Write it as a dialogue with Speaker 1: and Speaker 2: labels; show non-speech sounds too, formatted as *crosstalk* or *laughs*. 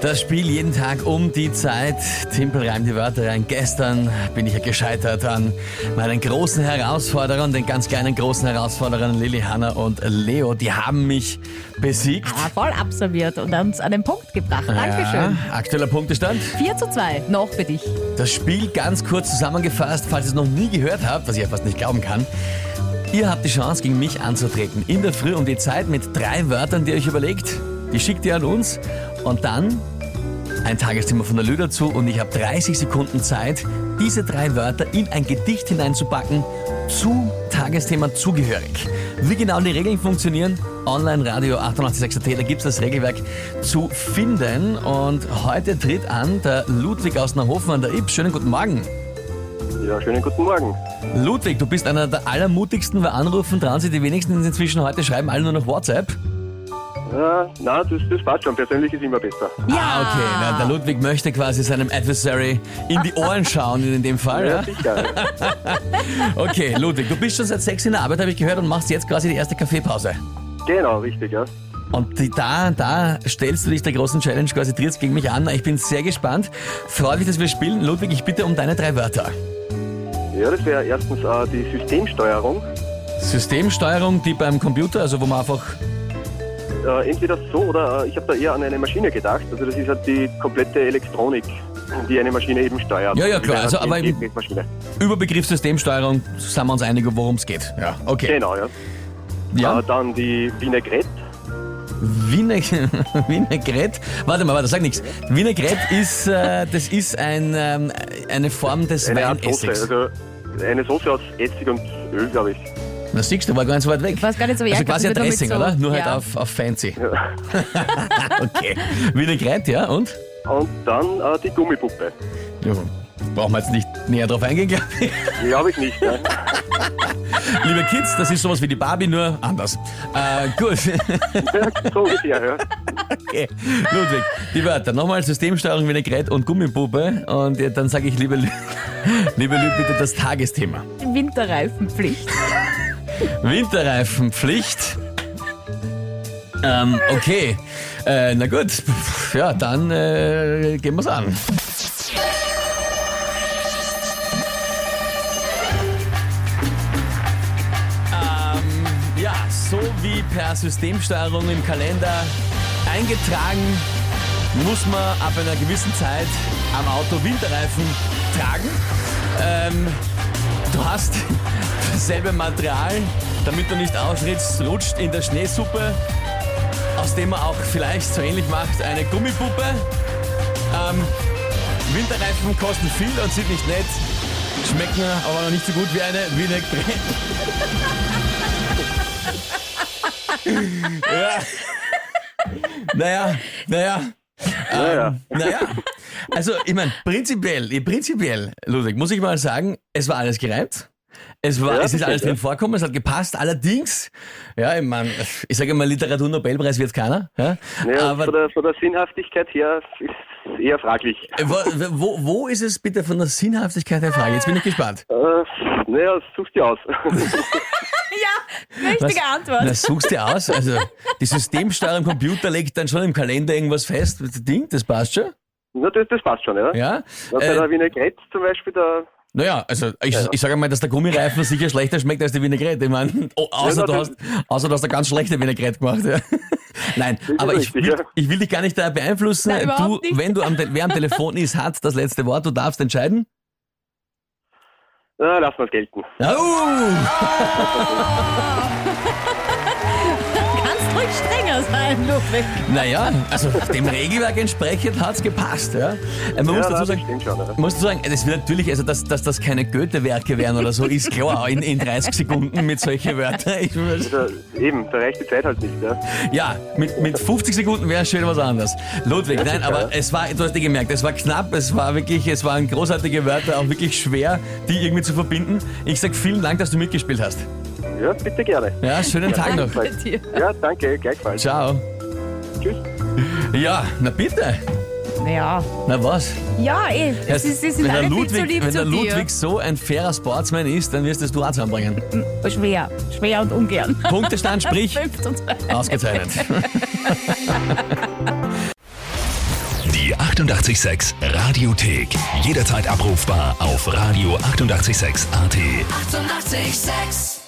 Speaker 1: Das Spiel jeden Tag um die Zeit. Timpel reimt die Wörter rein. Gestern bin ich ja gescheitert an meinen großen Herausforderern, den ganz kleinen großen Herausforderern Lilly, Hanna und Leo. Die haben mich besiegt.
Speaker 2: Ah, voll absolviert und uns an den Punkt gebracht. Ah, Dankeschön.
Speaker 1: Ja, aktueller Punktestand.
Speaker 2: 4 zu 2, noch für dich.
Speaker 1: Das Spiel ganz kurz zusammengefasst, falls ihr es noch nie gehört habt, was ich ja fast nicht glauben kann. Ihr habt die Chance, gegen mich anzutreten. In der Früh um die Zeit mit drei Wörtern, die ihr euch überlegt. Die schickt ihr an uns und dann ein Tagesthema von der Lü dazu und ich habe 30 Sekunden Zeit, diese drei Wörter in ein Gedicht hineinzupacken, zu Tagesthema zugehörig. Wie genau die Regeln funktionieren, online Radio 886.at, da gibt's das Regelwerk zu finden. Und heute tritt an der Ludwig aus Nahofen an der Ips. Schönen guten Morgen.
Speaker 3: Ja, schönen guten Morgen.
Speaker 1: Ludwig, du bist einer der allermutigsten, weil anrufen dran sind die wenigsten inzwischen heute, schreiben alle nur noch WhatsApp.
Speaker 3: Äh, na, das, das passt schon. Persönlich ist immer besser.
Speaker 1: Ah, okay. Na, der Ludwig möchte quasi seinem Adversary in die Ohren schauen, in dem Fall. Ah, Ja?
Speaker 3: sicher.
Speaker 1: Okay, Ludwig, du bist schon seit sechs in der Arbeit, habe ich gehört, und machst jetzt quasi die erste Kaffeepause.
Speaker 3: genau, richtig, ja.
Speaker 1: Und die, da, da stellst du dich der großen Challenge quasi trittst gegen mich an. Ich bin sehr gespannt. Freue mich, dass wir spielen. Ludwig, ich bitte um deine drei Wörter.
Speaker 3: Ja, das wäre erstens äh, die Systemsteuerung.
Speaker 1: Systemsteuerung, die beim Computer, also wo man einfach...
Speaker 3: Äh, entweder so oder äh, ich habe da eher an eine Maschine gedacht. Also das ist halt die komplette Elektronik, die eine Maschine eben steuert.
Speaker 1: Ja, ja,
Speaker 3: Die
Speaker 1: klar.
Speaker 3: wäre
Speaker 1: Also,
Speaker 3: die
Speaker 1: aber im-
Speaker 3: Maschine.
Speaker 1: Überbegriff Systemsteuerung, sind wir uns einig, um worum es geht. Ja, okay.
Speaker 3: Genau, ja.
Speaker 1: Ja,
Speaker 3: Äh, dann die Vinaigrette.
Speaker 1: *laughs* Vinaigrette, Vinaigrette, warte mal, warte, sag nichts. Vinaigrette ist, äh, das ist ein, ähm, eine Form des
Speaker 3: Eine Art Soße.
Speaker 1: Weinessigs.
Speaker 3: Also eine Soße aus Essig und Öl, glaube ich.
Speaker 1: Na siehst du, war gar nicht so weit weg.
Speaker 2: Ich weiß gar nicht, ob ich
Speaker 1: Also
Speaker 2: herkomme,
Speaker 1: quasi ein
Speaker 2: damit
Speaker 1: Dressing,
Speaker 2: so-
Speaker 1: oder? Nur
Speaker 2: ja.
Speaker 1: halt auf, auf fancy. *laughs* okay. Vinaigrette, ja, und?
Speaker 3: Und dann äh, die Gummipuppe.
Speaker 1: Ja, brauchen wir jetzt nicht näher drauf eingehen, glaube ich.
Speaker 3: Glaube ich nicht. Ne? *laughs*
Speaker 1: Liebe Kids, das ist sowas wie die Barbie, nur anders. Äh, gut, *laughs*
Speaker 3: so ungefähr, ja.
Speaker 1: Ähm, okay. Ludwig, die Wörter. Nochmal Systemsteuerung, Vinaigrette und Gummipuppe. Und ja, dann sage ich, liebe Lü, *laughs* liebe Lü, bitte das Tagesthema.
Speaker 2: Winterreifenpflicht. *laughs*
Speaker 1: Winterreifenpflicht. Ähm, okay. Äh, na gut, *laughs* Pff, ja, dann äh, gehen wir's an. Ähm, ja, so wie per Systemsteuerung im Kalender eingetragen, muss man ab einer gewissen Zeit am Auto Winterreifen tragen. Ähm, Du hast dasselbe Material, damit du nicht ausritzt, rutscht in der Schneesuppe, aus dem man auch vielleicht so ähnlich macht eine Gummipuppe. Ähm, Winterreifen kosten viel und sind nicht nett, schmecken aber noch nicht so gut wie eine Vinaigrette. *laughs* ja. Naja, naja.
Speaker 3: Naja.
Speaker 1: Naja, also ich meine, prinzipiell, eh, prinzipiell, Ludwig, muss ich mal sagen, es war alles gereimt. Es, war,
Speaker 3: Ja,
Speaker 1: es ist
Speaker 3: sicher,
Speaker 1: alles
Speaker 3: ja.
Speaker 1: drin vorkommen, es hat gepasst. Allerdings, ja, ich meine, ich sage immer, Literaturnobelpreis wird keiner. Ja?
Speaker 3: Naja,
Speaker 1: Aber
Speaker 3: von, der, von der Sinnhaftigkeit her ist es eher fraglich.
Speaker 1: äh, wo, wo, wo ist es bitte von der Sinnhaftigkeit der Frage? Jetzt bin ich gespannt.
Speaker 3: Äh, naja, such dir
Speaker 1: *laughs*
Speaker 3: aus.
Speaker 2: Ja, richtige
Speaker 1: Was?
Speaker 2: Antwort.
Speaker 1: Na, suchst dir aus. Also, die Systemsteuer am Computer legt dann schon im Kalender irgendwas fest. Das Ding, das passt schon.
Speaker 3: Na, das, das passt schon, ja?
Speaker 1: Ja.
Speaker 3: Na, bei
Speaker 1: Äh,
Speaker 3: der Vinaigrette zum Beispiel, da,
Speaker 1: Naja, also ich, ich sage einmal, dass der Gummireifen sicher schlechter schmeckt als die Vinaigrette. Ich
Speaker 3: *laughs*
Speaker 1: mein, oh, außer,
Speaker 3: Ja,
Speaker 1: du
Speaker 3: das-
Speaker 1: hast, außer du hast eine ganz schlechte Vinaigrette gemacht. Ja. *laughs* Nein, aber ich
Speaker 3: richtig,
Speaker 1: will,
Speaker 3: ja.
Speaker 1: ich will dich gar nicht da beeinflussen.
Speaker 2: Nein,
Speaker 1: du,
Speaker 2: überhaupt nicht.
Speaker 1: wenn du am, Te- wer am Telefon ist, hat das letzte Wort. Du darfst entscheiden.
Speaker 3: na, lassen wir es gelten.
Speaker 1: Oh,
Speaker 2: Kannst ruhig strenger sein, Ludwig.
Speaker 1: naja, also dem Regelwerk entsprechend hat's gepasst. Ja. Äh, Man muss
Speaker 3: ja, na,
Speaker 1: dazu
Speaker 3: das
Speaker 1: sagen,
Speaker 3: stimmt schon, ja.
Speaker 1: Musst du sagen, das wird natürlich, also dass, dass das keine Goethe-Werke wären oder so, ist klar, in, in 30 Sekunden mit solchen Wörtern. Ich,
Speaker 3: Also, eben, da reicht die Zeit halt nicht, ja.
Speaker 1: Ja, mit, mit 50 Sekunden wäre schön was anderes. Ludwig, nein, aber es war, du hast dir gemerkt, es war knapp, es war wirklich, es waren großartige Wörter, auch wirklich schwer, die irgendwie zu verbinden. Ich sag vielen Dank, dass du mitgespielt hast.
Speaker 3: Ja, bitte gerne.
Speaker 1: Ja, schönen Tag noch.
Speaker 2: Danke dir.
Speaker 3: Ja, danke, gleichfalls.
Speaker 1: Ciao.
Speaker 3: Tschüss.
Speaker 1: Ja, na bitte.
Speaker 2: Naja.
Speaker 1: Na was?
Speaker 2: Ja, eh. Es ist, es sind
Speaker 1: wenn der
Speaker 2: alle
Speaker 1: Ludwig,
Speaker 2: viel zu lieb
Speaker 1: wenn
Speaker 2: zu
Speaker 1: der
Speaker 2: dir.
Speaker 1: Ludwig so ein fairer Sportsman ist, dann wirst du es du auch zusammenbringen.
Speaker 2: Schwer. Schwer und ungern.
Speaker 1: Punktestand, sprich,
Speaker 2: *laughs* Fünf zu zwei.
Speaker 1: ausgezeichnet.
Speaker 2: *laughs*
Speaker 4: Die 886 Radiothek. Jederzeit abrufbar auf radio886.at. 886!
Speaker 5: 886